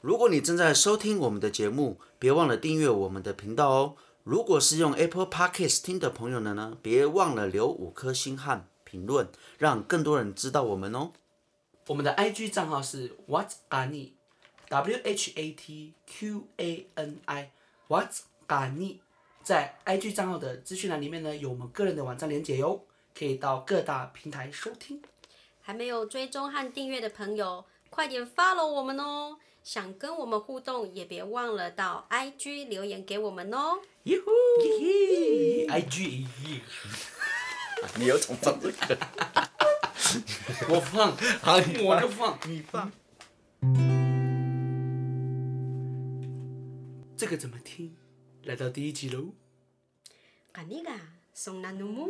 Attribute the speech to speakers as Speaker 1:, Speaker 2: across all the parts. Speaker 1: 如果你正在收听我们的节目，别忘了订阅我们的频道哦。如果是用 Apple Podcast 听的朋友呢呢，别忘了留五颗星和评论，让更多人知道我们哦。
Speaker 2: 我们的 IG 账号是 What Gani W H A T Q A N I What Gani，在 IG 账号的资讯栏里面呢有我们个人的网站连接哟，可以到各大平台收听。
Speaker 3: 还没有追踪和订阅的朋友，快点 follow 我们哦！想跟我们互动，也别忘了到 IG 留言给我们哦。
Speaker 2: 耶呼！IG，
Speaker 1: 你有种放这个？
Speaker 2: 我放，
Speaker 1: 好你
Speaker 2: 我就放。
Speaker 1: 你放。
Speaker 2: 这个怎么听？来到第一集喽。
Speaker 3: 嘎尼嘎，送那努木。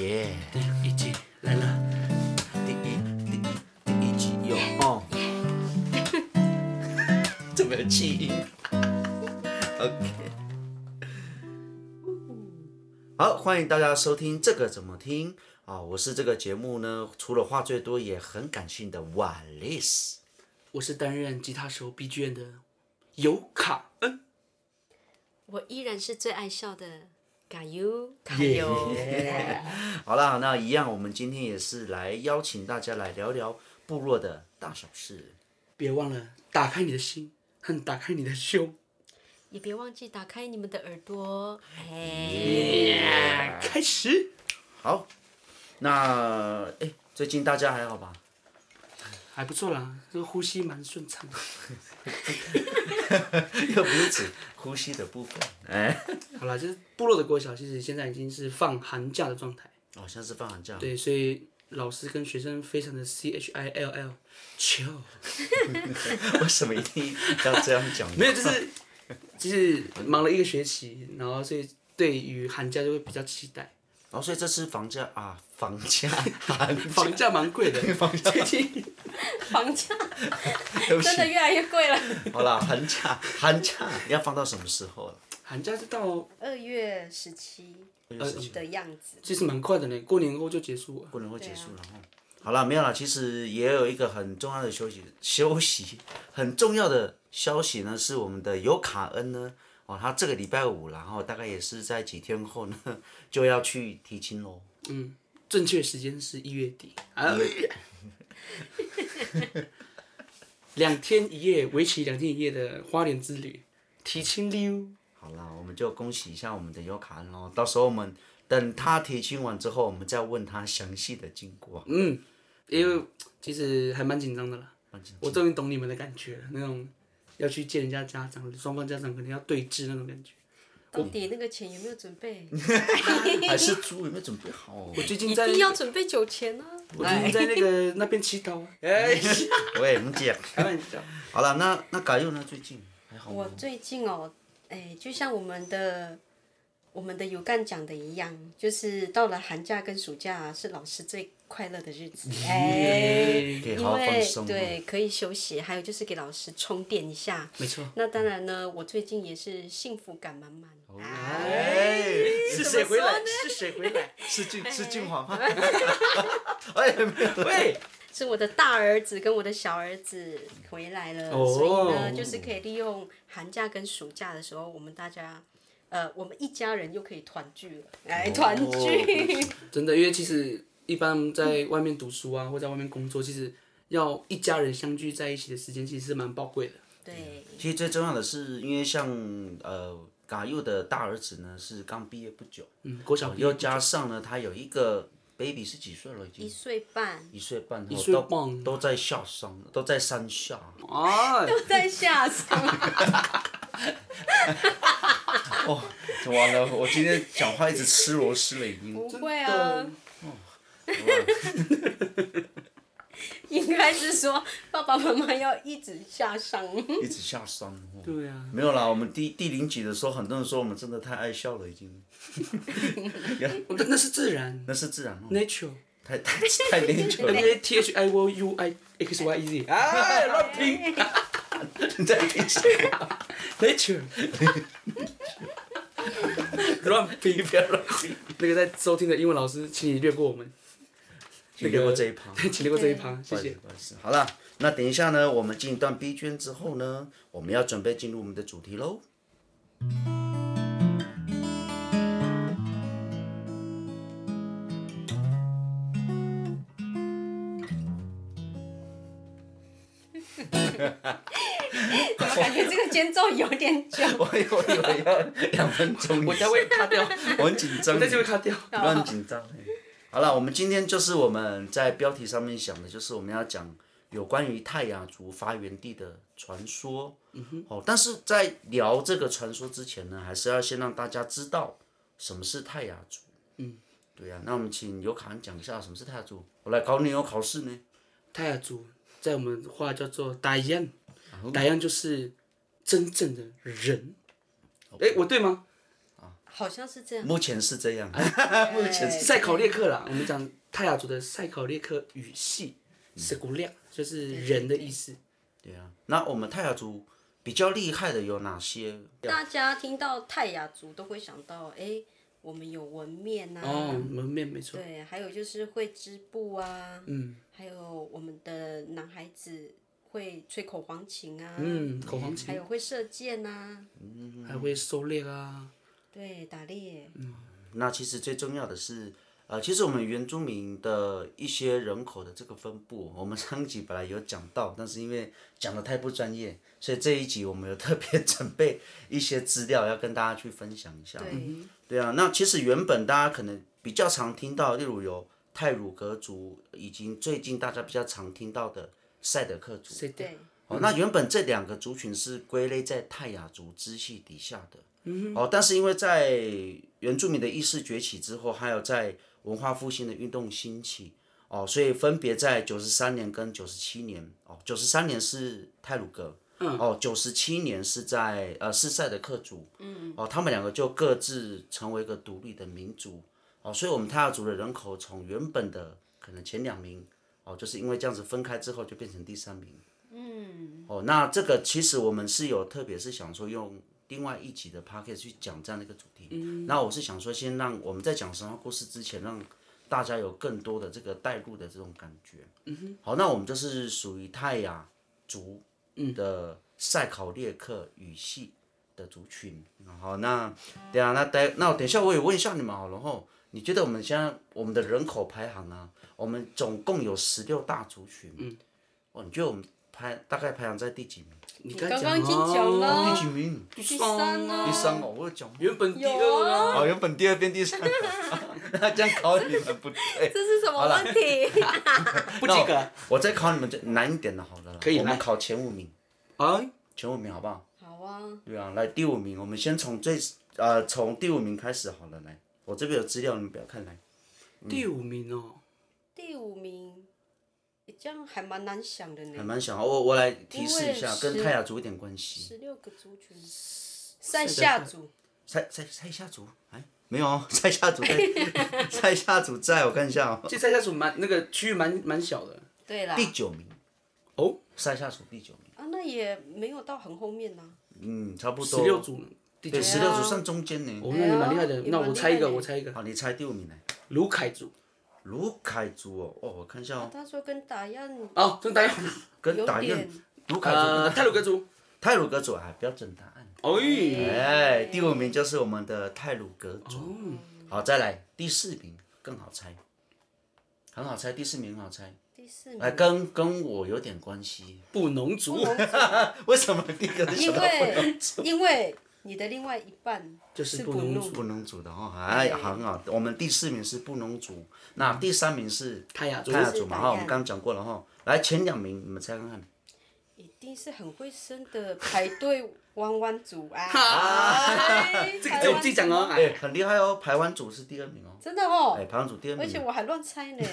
Speaker 1: 耶、
Speaker 2: 第一集来了，
Speaker 1: 第一第一第一集有哦。怎么有气音？OK。好，欢迎大家收听这个怎么听啊！我是这个节目呢，除了话最多也很感性的瓦力斯。
Speaker 2: 我是担任吉他手 BGM 的尤卡恩。
Speaker 3: 我依然是最爱笑的嘎尤卡尤。
Speaker 1: 好啦，那一样，我们今天也是来邀请大家来聊聊部落的大小事。
Speaker 2: 别忘了打开你的心，和打开你的胸。
Speaker 3: 也别忘记打开你们的耳朵。
Speaker 2: 啊开始。
Speaker 1: 好，那哎，最近大家还好吧？
Speaker 2: 还不错啦，这个呼吸蛮顺畅的。
Speaker 1: 又不是指呼吸的部分，哎，
Speaker 2: 好啦，就是部落的国小，其实现在已经是放寒假的状态。
Speaker 1: 好像哦是放寒假。
Speaker 2: 对，所以老师跟学生非常的 C H I L L chill，
Speaker 1: 为什么一定要这样 讲？
Speaker 2: 没有就是 就是忙了一个学期，然后所以对于寒假就会比较期 待。
Speaker 1: 然后哦所以这次房价啊，房 价，寒
Speaker 2: 房价蛮贵的，最近
Speaker 3: 房价
Speaker 1: 对不
Speaker 3: 真的
Speaker 1: 起，
Speaker 3: 越来越贵了。
Speaker 1: 好啦，寒假，寒假 要放到什么时候了？
Speaker 2: 寒假是到
Speaker 3: 二月十七
Speaker 1: 二十
Speaker 3: 的样子。
Speaker 2: 其实蛮快的呢，过年后就结束了。
Speaker 1: 过年会结束，然后好了，没有了。其实也有一个很重要的休息，休息很重要的消息呢，是我们的尤卡恩呢，哦，他这个礼拜五，然后大概也是在几天后呢， 就要去提亲喽。
Speaker 2: 正确时间是一月底，啊，两天一夜，为期两天一夜的花莲之旅，提亲溜。
Speaker 1: 好啦，我们就恭喜一下我们的尤卡恩喽。到时候我们等他提亲完之后，我们再问他详细的经过。
Speaker 2: 嗯，因为其实还蛮紧张的啦。我终于懂你们的感觉了，那种要去见人家家长，双方家长可能要对峙那种感觉。
Speaker 3: 到底那个钱有没有准备？
Speaker 1: 还是猪有没有准备好、哦？
Speaker 2: 我最近
Speaker 3: 一
Speaker 2: 在，
Speaker 3: 定要准备酒钱啊！
Speaker 2: 我最近在那个那边祈祷啊。哎，
Speaker 1: 我也能讲。
Speaker 2: 开玩笑。
Speaker 1: 好了，那那嘎佑呢？最近还好
Speaker 3: 我
Speaker 1: 吗？
Speaker 3: 最近哦，哎，就像我们的我们的有干讲的一样，就是到了寒假跟暑假、是老师最快乐的日子，哎，
Speaker 1: 可以
Speaker 3: 因
Speaker 1: 好好放
Speaker 3: 为
Speaker 1: 松、哦。
Speaker 3: 对可以休息，还有就是给老师充电一下。
Speaker 2: 没错。
Speaker 3: 那当然呢，我最近也是幸福感满满。
Speaker 1: 哦 哎，
Speaker 2: 是谁回来？是谁回来？
Speaker 1: 是俊是俊华 吗？哎，没有。
Speaker 2: 喂，
Speaker 3: 是我的大儿子跟我的小儿子回来了，
Speaker 2: 哦
Speaker 3: 所以呢，就是可以利用寒假跟暑假的时候，我们大家，呃，我们一家人又可以团聚了，来团聚。
Speaker 1: 哦
Speaker 2: 真的，因为其实一般在外面读书啊，或在外面工作，其实要一家人相聚在一起的时间，其实是蛮宝贵的。
Speaker 3: 对，
Speaker 1: 其实最重要的是，因为像呃嘎佑的大儿子呢是刚毕业不久，
Speaker 2: 嗯，国小
Speaker 1: 哦
Speaker 2: 毕业
Speaker 1: 又加上呢他有一个 baby 是几岁了？已
Speaker 3: 一
Speaker 1: 经
Speaker 3: 岁半
Speaker 1: 一岁半，一
Speaker 2: 岁半
Speaker 1: 都在校上，都在山下。
Speaker 2: 啊，
Speaker 3: 都在下山，
Speaker 1: 哦， 完了，我今天讲话一直吃螺丝了，已经。
Speaker 3: 不会啊
Speaker 2: 真。
Speaker 3: 应该是说，爸爸妈妈要一直下 山。
Speaker 1: 一直下山哦。
Speaker 2: 对啊
Speaker 1: 没有啦，我们第第零集的时候，很多人说我们真的太爱笑了，已经。
Speaker 2: 我哦那那是自然
Speaker 1: 那是自然哦，
Speaker 2: ，natural。
Speaker 1: 太太太 n a 了。
Speaker 2: N A T H I O U I X Y E Z，哎，乱拼
Speaker 1: 你在听什么？
Speaker 2: ，nature，乱拼
Speaker 1: 你不要乱听。
Speaker 2: 那个在收听的英文老师，请你略过我们，
Speaker 1: 就略过这一趴。
Speaker 2: 对， 请略过这一趴，
Speaker 1: 不
Speaker 2: 谢
Speaker 1: 好意
Speaker 2: 谢
Speaker 1: 思。不好意思好了，那等一下呢，我们进一段 B 圈之后呢，我们要准备进入我们的主题喽。
Speaker 3: 怎么感觉这个间奏有点久？
Speaker 1: 我以为要两分钟，
Speaker 2: 我待会 卡掉，
Speaker 1: 我很紧张
Speaker 2: 我，在这会卡掉。
Speaker 1: 不要很紧张。嘿 好了，我们今天就是我们在标题上面想的，就是我们要讲有关于泰雅族发源地的传说。嗯哼。哦，但是在聊这个传说之前呢，还是要先让大家知道什么是泰雅族。嗯。对呀、那我们请尤卡恩讲一下什么是泰雅族。我来考你有考试呢。
Speaker 2: 泰雅族在我们话叫做达彦，达彦就是真正的人。哎，我对吗？
Speaker 3: 好像是这样。
Speaker 1: 目前是这样。
Speaker 3: 目
Speaker 1: 前是
Speaker 2: 赛考列克啦，我们讲泰雅族的赛考列克语系，是古亮，就是人的意思。
Speaker 1: 对啊。那我们泰雅族比较厉害的有哪些？
Speaker 3: 大家听到泰雅族都会想到，哎，我们有纹面呐、啊
Speaker 2: 哦，门面没错。
Speaker 3: 对，啊还有就是会织布啊，嗯，还有我们的男孩子会吹口簧琴啊，
Speaker 2: 嗯，口簧
Speaker 3: 还
Speaker 2: 琴
Speaker 3: 有会射箭啊，
Speaker 2: 还会狩猎啊，
Speaker 3: 对，打猎，
Speaker 1: 那其实最重要的是，呃，其实我们原住民的一些人口的这个分布，我们上一集本来有讲到，但是因为讲的太不专业，所以这一集我们有特别 准备一些资料要跟大家去分享一下。
Speaker 3: 对，
Speaker 1: 对啊，那其实原本大家可能比较常听到，例如有泰鲁格族，以及最近大家比较常听到的赛德克族。
Speaker 2: 谁的？
Speaker 3: 对，
Speaker 1: 哦，那原本这两个族群是归类在泰雅族支系底下的。哦，但是因为在原住民的意识崛起之后，还有在文化复兴的运动兴起，哦，所以分别在九十三年跟九十七年，哦，九十三年是泰鲁格，嗯，哦，九十七年是在呃是赛德克族，嗯，哦，他们两个就各自成为一个独立的民族，哦，所以我们泰雅族的人口从原本的可能前两名，哦，就是因为这样子分开之后就变成第三名，嗯，哦，那这个其实我们是有特别是想说用另外一集的 p a c k e t 去讲这样的一个主题。那我是想说，先让我们在讲神话故事之前，让大家有更多的这个带入的这种感觉。嗯好，那我们就是属于泰雅族的赛考列克语系的族群。好，那对啊，那待那我等一下我也问一下你们好了吼。你觉得我们现在我们的人口排行啊，我们总共有十六大族群。嗯。哦，你觉得我们排大概排行在第几名？
Speaker 2: 你
Speaker 3: 刚
Speaker 2: 刚讲
Speaker 3: 刚已经讲了
Speaker 2: 哦
Speaker 1: 第几名？
Speaker 3: 第三呢、
Speaker 1: 第三哦，我有讲过。
Speaker 2: 原本第
Speaker 3: 有
Speaker 2: 二
Speaker 3: 啊
Speaker 2: 啊，
Speaker 1: 哦，原本第二遍、第三 个，那这样考你们不对。
Speaker 3: 这是什么问题？
Speaker 2: 不及格。啊
Speaker 1: 我再考你们就难一点的，好了啦。
Speaker 2: 可以
Speaker 1: 我们
Speaker 2: 来
Speaker 1: 考前五名，
Speaker 2: 哎，
Speaker 1: 前五名好不好？
Speaker 3: 好啊，
Speaker 1: 对啊，来第五名，我们先从最呃从第五名开始好了，来，我这边有资料，你们不要看来。
Speaker 2: 第五名哦，
Speaker 3: 第五名，诶这样还蛮难想的
Speaker 1: 还
Speaker 3: 呢，
Speaker 1: 蛮想，我我来提示一下，
Speaker 3: 因为
Speaker 1: 跟
Speaker 3: 嗯是
Speaker 1: 泰雅族一点关系。
Speaker 3: 十六个族群，三下族，
Speaker 1: 塞塞塞夏族，哎，没有哦， 塞夏族在，塞夏族在我看一下哦，
Speaker 2: 这三家属蛮那个区域蛮蛮小的。
Speaker 3: 对啦，
Speaker 1: 第九名，
Speaker 2: 哦，
Speaker 1: 塞夏族第九名，
Speaker 3: 啊，那也没有到很后面啊呐、
Speaker 1: 嗯，差不
Speaker 2: 十
Speaker 1: 多。
Speaker 2: 六组呢，第九
Speaker 1: 对，
Speaker 3: 啊
Speaker 2: 名
Speaker 1: 十六族算中间
Speaker 2: 哦，
Speaker 1: 呢。
Speaker 2: 那你蛮厉害
Speaker 3: 哎
Speaker 2: 的
Speaker 3: 呦。
Speaker 2: 那我猜一
Speaker 3: 你蛮厉害
Speaker 2: 个，
Speaker 3: 的
Speaker 2: 我猜一个，
Speaker 1: 好，你猜第五名来，
Speaker 2: 卢凯族。
Speaker 1: 卢凯族哦，哦，我看一下哦，
Speaker 3: 他说跟打样
Speaker 2: 哦，真的有。
Speaker 1: 跟
Speaker 3: 有
Speaker 1: 打印
Speaker 3: 点，
Speaker 1: 卢凯族
Speaker 2: 呃，
Speaker 1: 跟
Speaker 2: 泰鲁格族。
Speaker 1: 泰鲁格族啊，标准答案。
Speaker 2: 哎，
Speaker 1: 哎，第五名就是我们的泰鲁格族。
Speaker 3: 哦
Speaker 1: 好，再来第四名，更好猜，很好猜，第四名很好猜。
Speaker 3: 第四名，
Speaker 1: 哎，跟跟我有点关系。
Speaker 2: 布农族
Speaker 3: 不能
Speaker 1: 为什么第一个是
Speaker 3: 因
Speaker 1: 想到
Speaker 3: 为 因为你的另外一半
Speaker 2: 就是
Speaker 3: 布
Speaker 2: 布农
Speaker 1: 布
Speaker 2: 族
Speaker 1: 农族的哦？哎，很好，我们第四名是布农族，那第三名是
Speaker 2: 泰雅族
Speaker 1: 泰雅族嘛？
Speaker 3: 是
Speaker 1: 哈，
Speaker 3: 哪
Speaker 1: 我们刚讲过了哈。来，前两名你们猜看看。
Speaker 3: 一定是很会生的排队弯弯族啊！哎
Speaker 2: 这个只有我自己讲哦。，
Speaker 1: 哎
Speaker 2: 哎，，
Speaker 1: 很厉害哦，排湾族是第二名哦。
Speaker 3: 真的哦
Speaker 1: 哎，，排湾族
Speaker 2: 嗯
Speaker 1: 第二
Speaker 3: 而
Speaker 1: 名。
Speaker 3: 且我还乱 猜呢。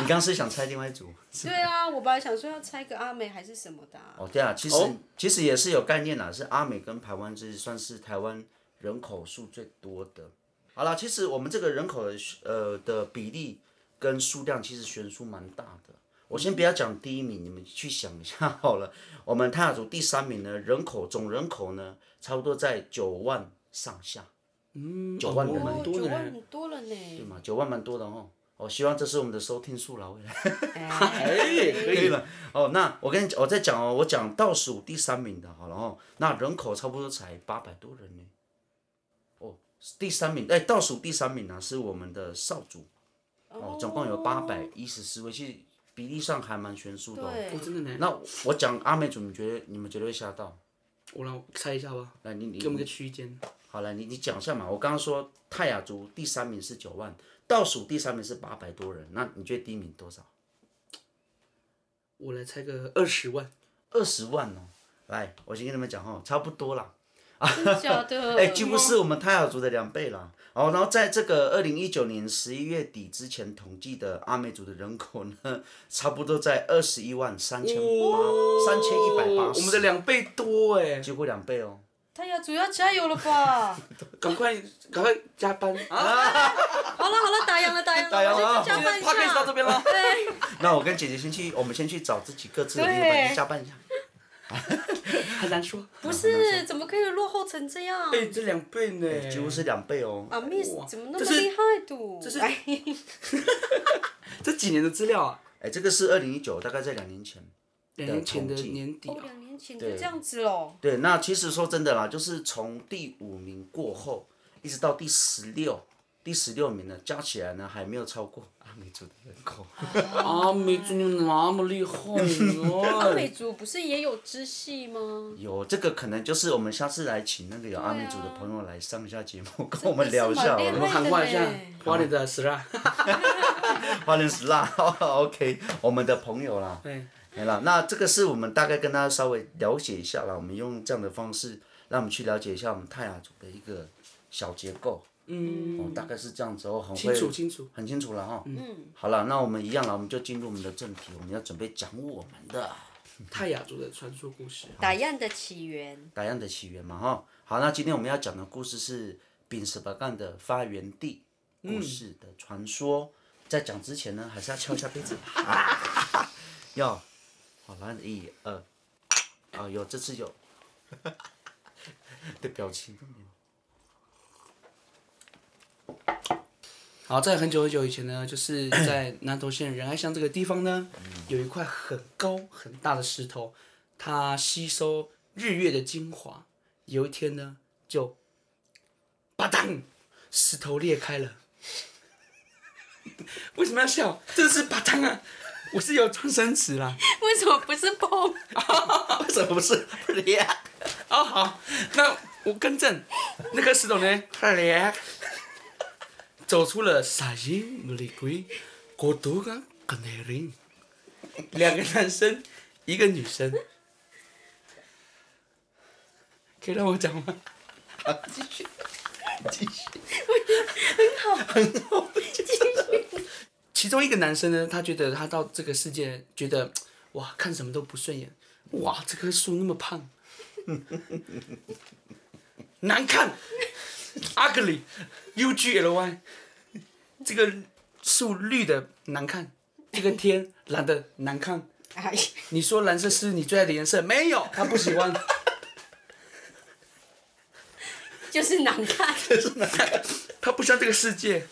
Speaker 1: 你刚是想猜另外一组？
Speaker 3: 对啊，我本来想说要猜个阿美还是什么的啊，
Speaker 1: 哦，对啊，其实、
Speaker 2: 哦
Speaker 1: 其实也是有概念啦，是阿美跟台湾是算是台湾人口数最多的。好啦，其实我们这个人口的呃的比例跟数量其实悬殊蛮大的。我先不要讲第一名，你们去想一下好了。 我们泰雅族第三名呢，人口总人口呢，差不多在九万上下。
Speaker 2: 嗯，
Speaker 1: 九万人
Speaker 2: 哦蛮
Speaker 3: 哦，
Speaker 2: 多嗯
Speaker 3: 九
Speaker 2: 的
Speaker 3: 万
Speaker 2: 人，
Speaker 3: 很多了
Speaker 1: 对
Speaker 3: 呢。
Speaker 1: 嘛？九万蛮多的哦。哦，希望这是我们的收听数了，未来
Speaker 3: 哎，
Speaker 2: 哎，可以了，
Speaker 1: 哦，那我跟你讲，我再讲哦，我讲倒数第三名的，好了哦，那人口差不多才八百多人呢。哦，第三名，哎，倒数第三名呢、是我们的少主，哦，总共有八百一十四位，其实比例上还蛮悬殊的、哦。
Speaker 3: 对
Speaker 2: 我，真的呢，
Speaker 1: 那我讲阿美主，你觉得你们觉得会吓到？
Speaker 2: 我让我猜一下吧，
Speaker 1: 来，你你
Speaker 2: 给我们
Speaker 1: 你
Speaker 2: 个区间，
Speaker 1: 好了，你你讲一下嘛。我刚刚说泰雅族第三名是九万，倒数第三名是八百多人，那你觉得第一名多少？
Speaker 2: 我来猜个二十万，
Speaker 1: 二十万哦。来，我先跟你们讲哦，差不多啦，
Speaker 3: 真的假 的？
Speaker 1: 哎、几乎是我们泰雅族的两倍啦。哦，然后在这个二零一九年十一月底之前统计的阿美族的人口呢，差不多在二十一万三千八三千一百八
Speaker 2: 哦我们的两倍多哎，
Speaker 1: 几乎两倍哦。
Speaker 3: 大家主要加油了吧？
Speaker 2: 赶快赶快加班啊！
Speaker 3: 好了好了，打烊了打 �ắng
Speaker 1: 打烊了
Speaker 3: 了，我
Speaker 2: 今
Speaker 3: 们就加
Speaker 2: 天
Speaker 3: 班
Speaker 2: p o d
Speaker 3: 一
Speaker 2: c 到这
Speaker 3: 下。哎
Speaker 2: 边了，
Speaker 1: 那我跟姐姐先去，我们先去找自己各自的另一
Speaker 3: 对
Speaker 1: 半去下班一下。
Speaker 2: 很难说，
Speaker 3: 不是，怎么可以落后成这样？
Speaker 2: 哎，这两倍呢，
Speaker 1: 几乎是两倍哦。
Speaker 3: 啊，Miss
Speaker 2: 哇
Speaker 3: 怎么那
Speaker 2: 这
Speaker 3: 么
Speaker 2: 是
Speaker 3: 厉害赌？
Speaker 2: 这是啊
Speaker 3: 哎
Speaker 2: 这几年的资料啊，
Speaker 1: 哎，这个是二零一九，大概在两年前。
Speaker 2: 两年前的年底
Speaker 3: 哦，
Speaker 2: 啊，
Speaker 3: 两年前就这样子喽。
Speaker 1: 对，那其实说真的啦，就是从第五名过后，一直到第十六，第十六名呢，加起来呢还没有超过阿美族的人口。
Speaker 2: 阿美族你那么厉害
Speaker 3: 阿
Speaker 2: 哦！
Speaker 3: 美族不是也有支系吗？
Speaker 1: 有这个可能就是我们下次来请那个有阿美族的朋友来上一下节目，跟我们
Speaker 3: 真的
Speaker 1: 聊
Speaker 3: 是
Speaker 1: 一下
Speaker 3: 蛮
Speaker 1: 哦
Speaker 3: 厉
Speaker 2: 我。们喊话一下
Speaker 3: 对
Speaker 2: 花莲的啊十二，
Speaker 1: 花莲石蜡 ，OK，我们的朋友啦，
Speaker 2: 对，
Speaker 1: 没啦。那这个是我们大概跟大家稍微了解一下啦，我们用这样的方式，让我们去了解一下我们泰雅族的一个小结构。
Speaker 2: 嗯，
Speaker 1: 哦，大概是这样子哦，很
Speaker 2: 清
Speaker 1: 会
Speaker 2: 楚清楚，
Speaker 1: 很清楚了哈。嗯，好了，那我们一样了，我们就进入我们的正题，我们要准备讲我们的
Speaker 2: 泰雅族的传说故事，
Speaker 3: 打样的起源，
Speaker 1: 答案的起源嘛哈。好，那今天我们要讲的故事是丙什巴干的发源地故事的传说。在讲之前呢，还是要敲一下杯子， 要，好来一二，啊有这次有， 的表情都没有。
Speaker 2: 好，在很久很久以前呢，就是在南投县仁爱乡这个地方呢，有一块很高很大的石头，它吸收日月的精华，有一天呢，就吧嗒，石头裂开了。 为什么要笑？这是吧嗒啊！我是有撞生词啦。
Speaker 3: 为什么不是碰？
Speaker 1: 为什么不是？不是啊呀
Speaker 2: 哦，好，那我更正，那个石头呢，它
Speaker 1: 啊
Speaker 2: 咧走出了撒因努里龟，国都跟跟内林，两个男生，一个女生，可以让我讲吗？其中一个男生呢，他觉得他到这个世界，觉得哇，看什么都不顺眼，哇，这棵树那么胖， 难看，ugly，u g l y，这个树绿的难看，这个天蓝的难看。
Speaker 3: 哎，
Speaker 2: 你说蓝色是你最爱的颜色？没有，他不喜欢。
Speaker 3: 就是难 看。
Speaker 2: 他不需要这个世界。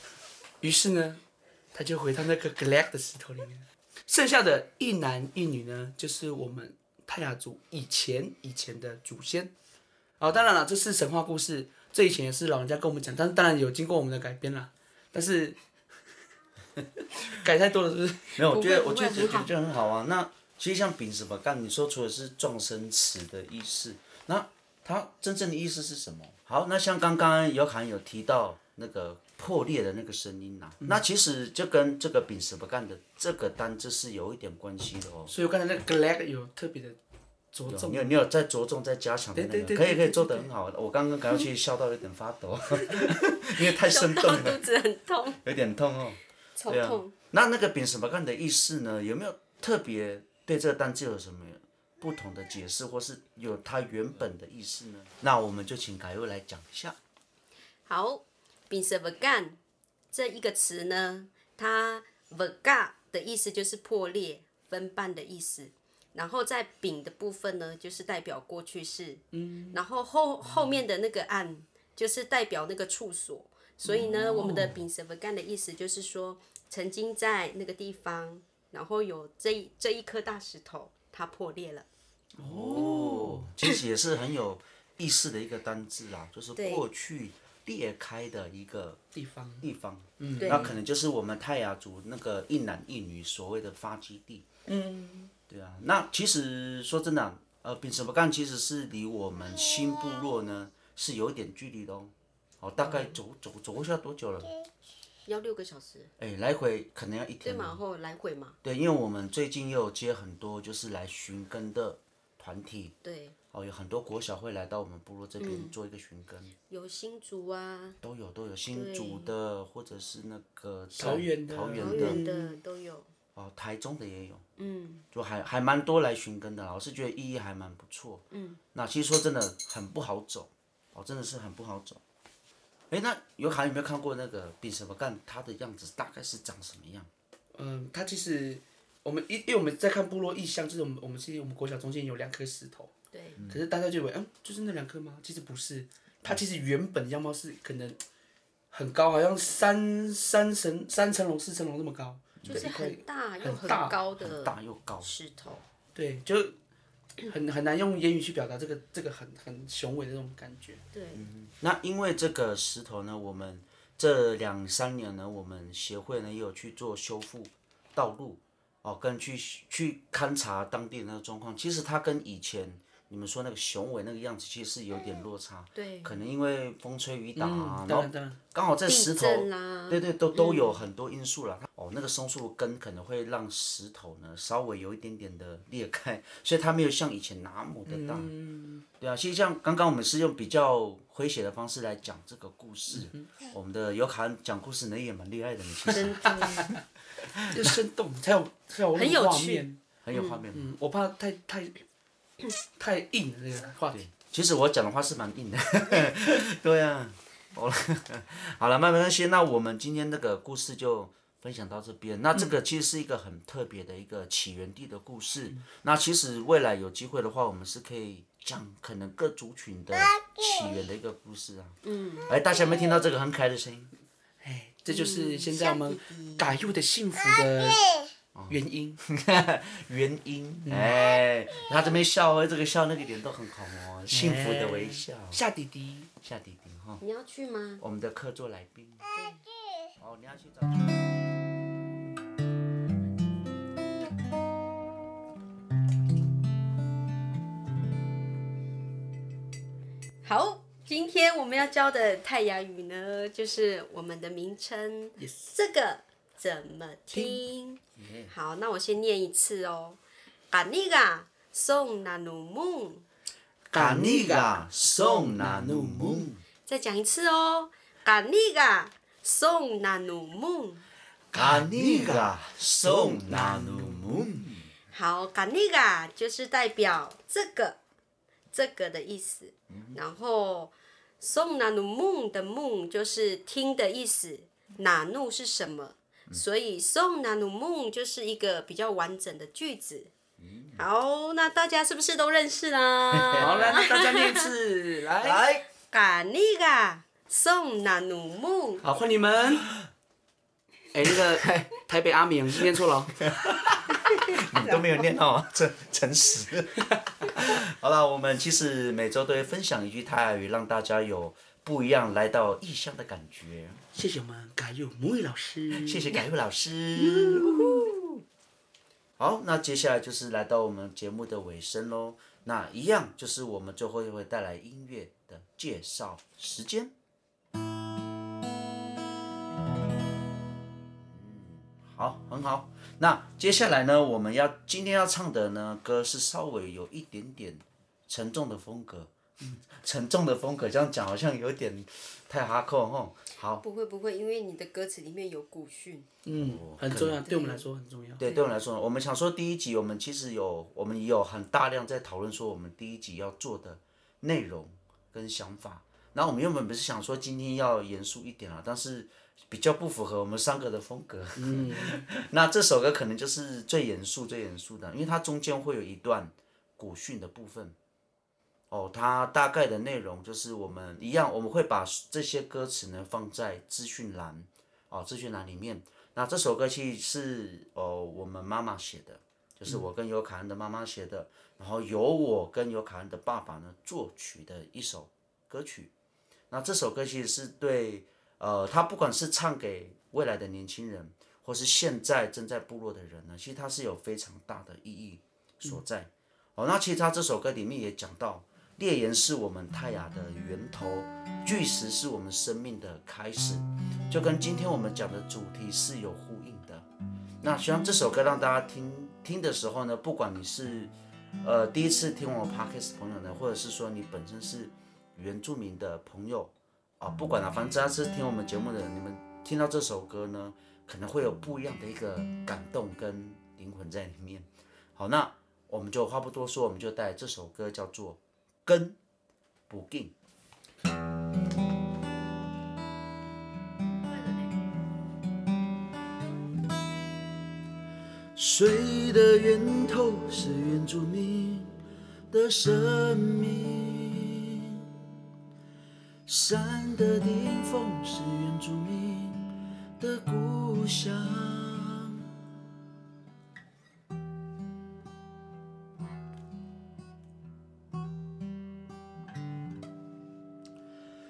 Speaker 2: 于是呢，他就回到那个 Glack 的石头里面。剩下的一男一女呢，就是我们泰雅族以前以前的祖先。哦，当然了，这是神话故事，这以前也是老人家跟我们讲，但当然有经过我们的改编啦。但是 改太多了，是不是？
Speaker 1: 没有，我觉得
Speaker 3: 不
Speaker 1: 我
Speaker 3: 会
Speaker 1: 觉得
Speaker 3: 不会
Speaker 1: 我
Speaker 3: 很
Speaker 1: 觉
Speaker 3: 好
Speaker 1: 得就很好啊。那其实像丙什么干，你说除了是撞生词的意思，那它真正的意思是什么？好，那像刚刚有侃有提到那个破裂的那个声音呐、啊
Speaker 2: 嗯
Speaker 1: 那其实就跟这个丙什么干的这个单字是有一点关系的哦。
Speaker 2: 所以我刚才那个 Glack 有特别的着重
Speaker 1: 你。有你有在着重在加强的那
Speaker 2: 对
Speaker 1: 个，
Speaker 2: 对对
Speaker 1: 可以
Speaker 2: 对
Speaker 1: 可以
Speaker 2: 对
Speaker 1: 做得很好。啊我刚刚感觉去笑到有点发 抖，因为太生
Speaker 3: 到
Speaker 2: 啊
Speaker 1: 动了，
Speaker 3: 肚子很痛，
Speaker 1: 有点痛哦。
Speaker 3: 头
Speaker 1: 对啊
Speaker 3: 痛。
Speaker 1: 那那个丙什么干的意思呢？有没有特别对这个单字有什么不同的解释，或是有它原本的意思呢？那我们就请凯瑞来讲一下。
Speaker 3: 好 b i s v e g a n 这一个词呢，它 vega 的意思就是破裂、分瓣的意思。然后在丙的部分呢，就是代表过去式，嗯，然后后后面的那个岸，就是代表那个处所，所以呢，我们
Speaker 1: 哦
Speaker 3: 的丙什么干的意思就是说，曾经在那个地方，然后有这一这一颗大石头，它破裂了。
Speaker 2: 哦，
Speaker 1: 其实也是很有意思的一个单字啊，就是
Speaker 3: 对
Speaker 1: 过去裂开的一个
Speaker 2: 地方
Speaker 1: 地方，
Speaker 2: 嗯
Speaker 3: 对
Speaker 1: 那可能就是我们泰雅族那个一男一女所谓的发基地。
Speaker 2: 嗯，
Speaker 1: 对啊，那其实说真的啊、呃，丙什么干其实是离我们新部落呢是有一点距离的哦。哦，大
Speaker 3: 嗯
Speaker 1: 概走走走过去要多久了？
Speaker 3: 要六个小时，
Speaker 1: 哎，来回可能要一
Speaker 3: 对
Speaker 1: 天
Speaker 3: 嘛？
Speaker 1: 了。
Speaker 3: 然后来回嘛，
Speaker 1: 对，因为我们最近又有接很多就是来寻根的团体，
Speaker 3: 对，
Speaker 1: 哦，有很多国小会来到我们部落这
Speaker 3: 嗯
Speaker 1: 边做一个寻根，
Speaker 3: 有新竹啊、
Speaker 1: 都有都有新竹的，或者是那个
Speaker 2: 桃园的
Speaker 1: 桃
Speaker 3: 桃
Speaker 1: 园
Speaker 3: 园
Speaker 1: 的，
Speaker 3: 的都有，
Speaker 1: 哦，台中的也有。
Speaker 3: 嗯，
Speaker 1: 就还还蛮多来寻根的啦，我是觉得意义还蛮不错。嗯，那其实说真的很不好走，哦，真的是很不好走。哎，那有还有没有看过那个比什么干它的样子大概是长什么样？
Speaker 2: 嗯，它其实我们因因为我们在看部落意象，就是我们我们其实我们国小中间有两颗石头，
Speaker 3: 对，
Speaker 2: 可是大家就以为嗯就是那两颗吗？其实不是，它其实原本的样貌是可能很高，好像三三层三层楼四层楼那么高，
Speaker 3: 就是很大又
Speaker 2: 很
Speaker 3: 很
Speaker 2: 大
Speaker 3: 高
Speaker 1: 很
Speaker 3: 的
Speaker 1: 大又高，
Speaker 3: 石头，
Speaker 2: 对，就很很难用言语去表达这个这个很很雄伟的那种感觉。
Speaker 3: 对，
Speaker 1: 嗯那因为这个石头呢，我们这两三年呢，我们协会呢也有去做修复道路哦，跟去去勘察当地的那个状况。其实它跟以前你们说那个雄伟那个样子，其实是有点落差。
Speaker 3: 对
Speaker 1: 可能因为风吹雨打啊，然
Speaker 2: 嗯，当
Speaker 1: 后
Speaker 2: 然当然，
Speaker 1: 刚好在石
Speaker 3: 地
Speaker 1: 头，
Speaker 3: 震啊啦，
Speaker 1: 对对，都都有很多因素啦。哦，那个松树根可能会让石头呢稍微有一点点的裂开，所以它没有像以前那么的大。对啊，其实像刚刚我们是用比较诙谐的方式来讲这个故事，我们的尤卡恩讲故事呢也蛮厉害的，你其实
Speaker 3: 真的，
Speaker 2: 要生动才有才有那
Speaker 3: 很
Speaker 2: 种
Speaker 3: 有
Speaker 2: 画
Speaker 3: 趣
Speaker 2: 面。
Speaker 1: 很有画面。
Speaker 2: 嗯，我怕太太太硬了这个话题。
Speaker 1: 其实我讲的话是蛮硬的， 对啊，好了，好了，慢慢先，那我们今天这个故事就分享到这边。那这个其实是一个很特别的一个起源地的故事。那其实未来有机会的话，我们是可以讲可能各族群的起源的一个故事啊。嗯，哎，大家有没有听到这个很可爱的声音？
Speaker 2: 哎，这就是现在我们
Speaker 3: 嗯
Speaker 2: 打入的幸福的原因。
Speaker 1: 原因，哎，他这边笑哦，这个笑那个脸都很红哦，幸福的微笑。
Speaker 2: 夏弟弟，
Speaker 1: 夏弟哦弟哈，
Speaker 3: 你要去吗？
Speaker 1: 我们的客座来宾。哦，你要去找。
Speaker 3: 好，今天我们要教的泰雅语呢，就是我们的名称
Speaker 2: Yes
Speaker 3: 这个怎么听？好，那我先念一次哦。嘎尼嘎送那努木，
Speaker 1: 嘎尼嘎送那努木，
Speaker 3: 再讲一次哦。嘎尼嘎送那努木。
Speaker 1: 嘎尼嘎送那努木，
Speaker 3: 好，嘎尼嘎啊就是代表这个这个的意思，然后送那努梦的梦就是听的意思，哪怒是什么？所以送那努梦就是一个比较完整的句子。好，那大家是不是都认 识
Speaker 2: 好
Speaker 3: 啦？
Speaker 2: 了，那大家念一次，来，
Speaker 1: 来，
Speaker 3: 嘎尼嘎啊送那努梦，
Speaker 2: 好，换你们。 哎，那个台北阿明念错了哦，
Speaker 1: 你都没有念 到，真诚实。 好了，我们其实每周都会分享一句泰语，让大家有不一样来到异乡的感觉。
Speaker 2: 谢谢我们改佑母语老师，
Speaker 1: 谢谢改慧老师。好，那接下来就是来到我们节目的尾声喽。那一样就是我们最后一会带来音乐的介绍时间。嗯好，很好。那接下来呢，我们要今天要唱的呢歌是稍微有一点点沉重的风格，嗯沉重的风格这样讲好像有点太哈扣吼。好，
Speaker 3: 不会不会，因为你的歌词里面有古训，
Speaker 2: 嗯，很重要，对我们来说很重要。
Speaker 1: 哦对，对我们来说呢，我们想说第一集，我们其实有我们也有很大量在讨论说我们第一集要做的内容跟想法。然后我们原本不是想说今天要严肃一点啊，但是比较不符合我们三个的风格。嗯， 那这首歌可能就是最严肃、最严肃的，因为它中间会有一段古训的部分。哦，它大概的内容就是我们一样，我们会把这些歌词呢放在资讯栏哦，资讯栏里面。那这首歌其实是哦我们妈妈写的，就是我跟尤卡恩的妈妈写的，然后由我跟尤卡恩的爸爸呢作曲的一首歌曲。那这首歌其实是对呃，他不管是唱给未来的年轻人，或是现在正在部落的人呢，其实它是有非常大的意义所在。哦，那其实他这首歌里面也讲到，烈焰是我们太阳的源头，巨石是我们生命的开始，就跟今天我们讲的主题是有呼应的。那希望这首歌让大家听听的时候呢，不管你是呃第一次听我 podcast 的朋友呢，或者是说你本身是原住民的朋友啊，不管了、反正只要是听我们节目的人，你们听到这首歌呢，可能会有不一样的一个感动跟灵魂在里面。好，那我们就话不多说，我们就带来这首歌叫做《跟不进》。水的源头是原住民的生命，山的顶峰是原住民的故乡。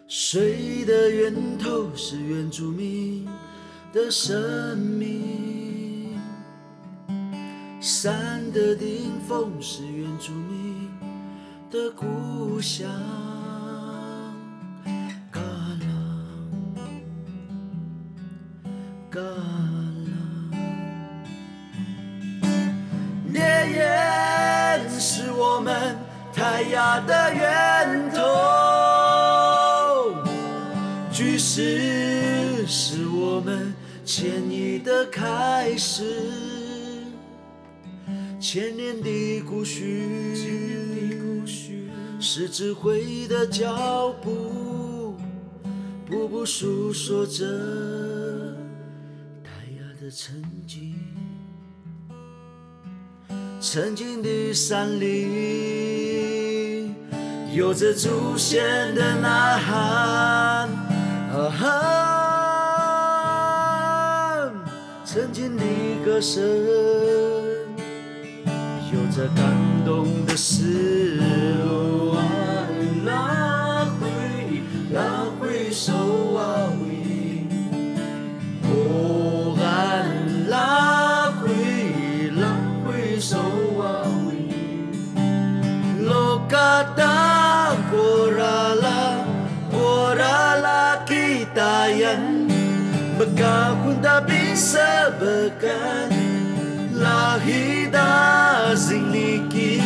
Speaker 1: 水的源头是原住民的生命，山的顶峰是原住民的故乡。嘎啦，嘎啦，烈焰是我们太阳的源头，巨石是我们迁移的开始。千年的故事，是智慧的脚步，步步诉说着太阳的曾经，曾经的山林，有着祖先的呐喊，啊哈，曾经的歌声。有着感动的事物。拉回，拉回手啊！哦，俺拉回，拉回手啊！lo kata korala korala kita yan magkakun tapi sa bekan lahida ziniki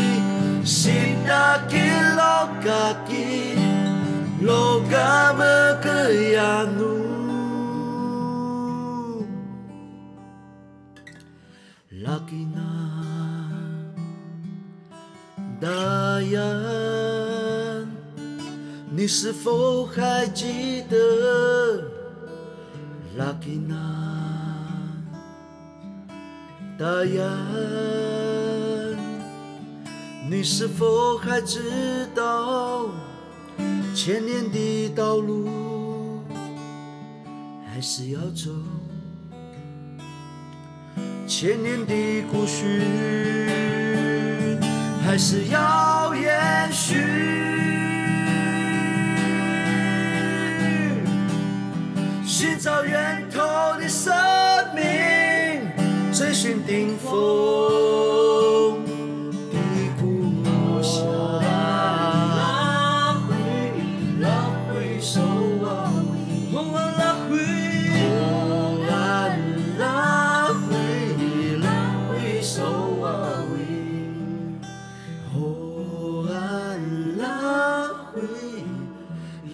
Speaker 1: sita kilokaki loga mekayanu laki na Dayan，你是否还记得 Lucky Na？Dayan，你是否还知道前年的道路还是要走？千年的故事还是要延续。寻找源头的生命，追寻顶峰的故乡。拉回，拉回手啊，我拉回，我拉回，拉回手啊，我拉回，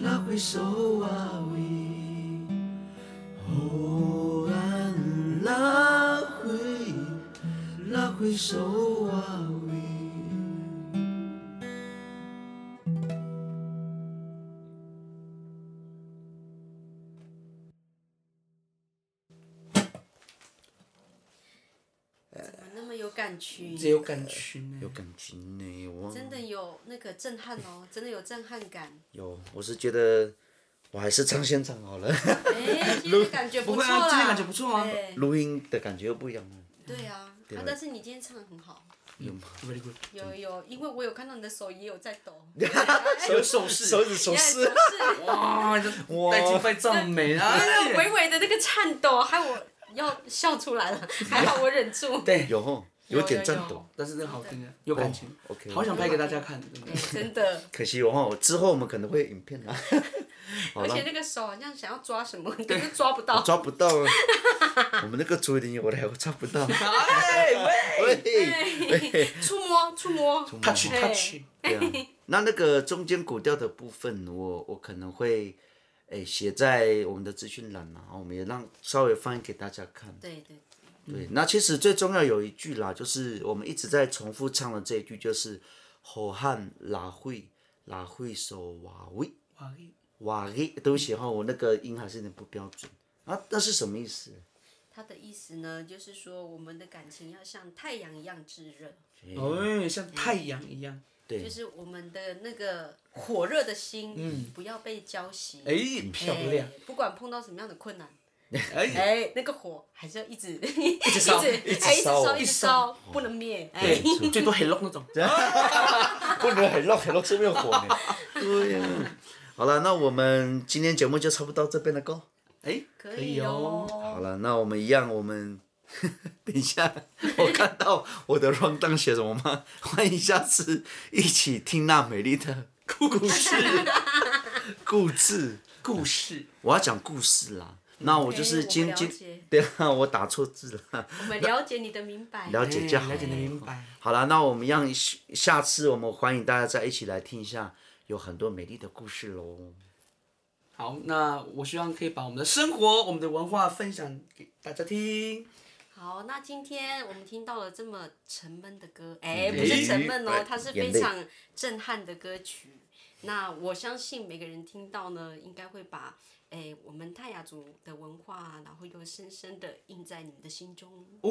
Speaker 1: 拉回手啊，喂。哦，俺拉回，拉回手啊喂。
Speaker 3: 怎么那么有有感情，
Speaker 2: 这有感情呢、
Speaker 1: 有感情呢，我
Speaker 3: 真的有那个震撼哦，真的有震撼感。
Speaker 1: 有，我是觉得我还是唱现场好了，
Speaker 3: 哎，今天的感觉
Speaker 2: 不
Speaker 3: 错
Speaker 2: 会啊
Speaker 3: 啦，
Speaker 2: 今天感觉不错啊
Speaker 3: 对
Speaker 1: 录音的感觉又不一样了。
Speaker 3: 对啊，啊，但是你今天唱的很好，
Speaker 2: 嗯 Very good。
Speaker 3: 有有，因为我有看到你的手也有在抖，
Speaker 2: 有手势，
Speaker 1: 哎手指手势，
Speaker 3: 是，
Speaker 2: 哇，这带劲快赞美啊！
Speaker 1: 哎
Speaker 3: 那个微微的那个颤抖，害我要笑出来 了，还好我忍住。
Speaker 2: 对，
Speaker 1: 有吼，
Speaker 3: 有
Speaker 1: 有点
Speaker 3: 有
Speaker 1: 颤
Speaker 3: 有
Speaker 1: 抖。
Speaker 2: 但是真的好听啊，有感情。
Speaker 1: 哦 OK
Speaker 2: 好想拍给大家看， 真的。
Speaker 3: 真的，
Speaker 1: 可惜我吼，之后我们可能会有影片 啦，好
Speaker 3: 而
Speaker 1: 了
Speaker 3: 且，那个手好像想要抓什么，可是抓不到。
Speaker 1: 抓不到啊，我们那个竹林我来我抓不 到。
Speaker 2: 哎喂
Speaker 1: 喂，
Speaker 3: 触摸，触摸，哎
Speaker 2: ，touch
Speaker 3: 对
Speaker 2: touch，
Speaker 1: 对啊， 那那个中间古调的部分，我我可能会。哎，写在我们的资讯栏嘛，然后我们也让稍微翻给大家看。
Speaker 3: 对对，
Speaker 1: 对，那其实最重要有一句啦，就是我们一直在重复唱的这一句，就是“好汉拉会拉会手瓦喂
Speaker 2: 哇，
Speaker 1: 瓦喂”。对不起哈，我那个音还是有点不标准啊，那是什么意思？
Speaker 3: 他的意思呢，就是说我们的感情要像太阳一样炙热，
Speaker 2: 哦，像太阳一样。
Speaker 1: 对
Speaker 3: 就是我们的那个火热的心，不要被浇熄。
Speaker 2: 嗯哎
Speaker 3: 哎，，
Speaker 1: 嗯
Speaker 2: 漂亮，
Speaker 3: 不管碰到什么样的困难，
Speaker 2: 哎，
Speaker 3: 哎，那个火还是要一直一
Speaker 2: 直烧
Speaker 3: 哎
Speaker 1: 一
Speaker 3: 一
Speaker 1: 直烧
Speaker 3: 烧，
Speaker 1: 一
Speaker 3: 一
Speaker 2: 直
Speaker 3: 直
Speaker 2: 烧
Speaker 3: 烧，不能灭。哎，
Speaker 2: 对，最多黑龙那种。
Speaker 1: 不能很绕很绕，顺便火呢。 对呀、好了，那我们今天节目就差不多到这边了，够。
Speaker 2: 哎，
Speaker 3: 可
Speaker 2: 以
Speaker 3: 以
Speaker 2: 哦。
Speaker 1: 好
Speaker 3: 哦。
Speaker 1: 了，那我们一样，我们 等一下，我看到我的 r u n d o w n 写什么吗？欢迎下次一起听那美丽的故 事，故事，
Speaker 2: 故事，
Speaker 1: 我要讲故事啦。那我就是
Speaker 3: 哎我
Speaker 1: 今
Speaker 3: 了
Speaker 1: 今
Speaker 3: 解，
Speaker 1: 对啊，我打错字了，
Speaker 3: 我们了解你的明白。
Speaker 1: 了解就好
Speaker 2: 哎了解的明白。
Speaker 1: 好了，那我们让下次我们欢迎大家再一起来听一下，有很多美丽的故事
Speaker 3: 哦
Speaker 1: 喽。
Speaker 2: 好，那我希望可以把我们的生活、我们的文化分享给大家听。
Speaker 3: 好，那今天我们听到了这么沉闷的歌，哎，不是沉闷
Speaker 1: 哎
Speaker 3: 哦，它是非常震撼的歌曲。那我相信每个人听到呢，应该会把哎我们泰雅族的文化啊，然后又深深的印在你们的心中。
Speaker 2: 哦，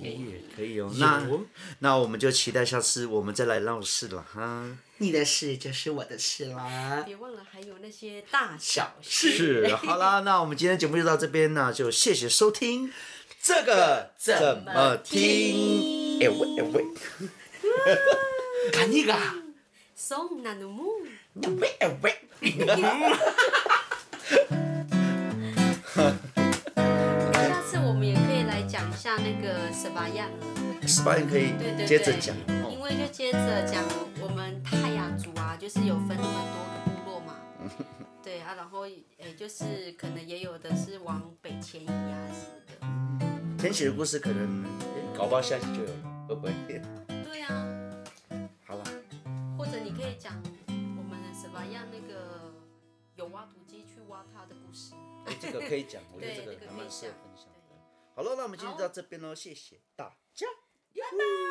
Speaker 1: 也可以哦，那
Speaker 2: 有
Speaker 1: 那我们就期待下次我们再来闹事了哈。
Speaker 2: 你的事就是我的事啦。
Speaker 3: 别忘了还有那些大小事。
Speaker 1: 是， 好啦，那我们今天节目就到这边呢，就谢谢收听。这个怎么听？哎喂哎喂，
Speaker 2: 干你个！
Speaker 3: 送那努木，
Speaker 1: 哎喂哎喂。
Speaker 3: 下次我们也可以来讲一下那个什么样。
Speaker 1: 十八人可以
Speaker 3: 对对对，
Speaker 1: 接着讲
Speaker 3: 因
Speaker 1: 哦。
Speaker 3: 为就接着讲我们泰雅族啊，就是有分那么多个部落嘛， 对啊，然后诶就是可能也有的是往北迁移啊什么
Speaker 1: 天喜的故事可能哎搞不好下期就有了，会不会？
Speaker 3: 的，对啊，
Speaker 1: 好了，
Speaker 3: 或者你可以讲我们什么样那个有挖土机去挖它的故 事，
Speaker 1: 哎这个可以讲，我觉得
Speaker 3: 对
Speaker 1: 这
Speaker 3: 这
Speaker 1: 个
Speaker 3: 个
Speaker 1: 还
Speaker 3: 可以
Speaker 1: 蛮适合
Speaker 3: 讲
Speaker 1: 分享的。好了，那我们今天就到这边喽，谢谢大家。
Speaker 3: 拜拜。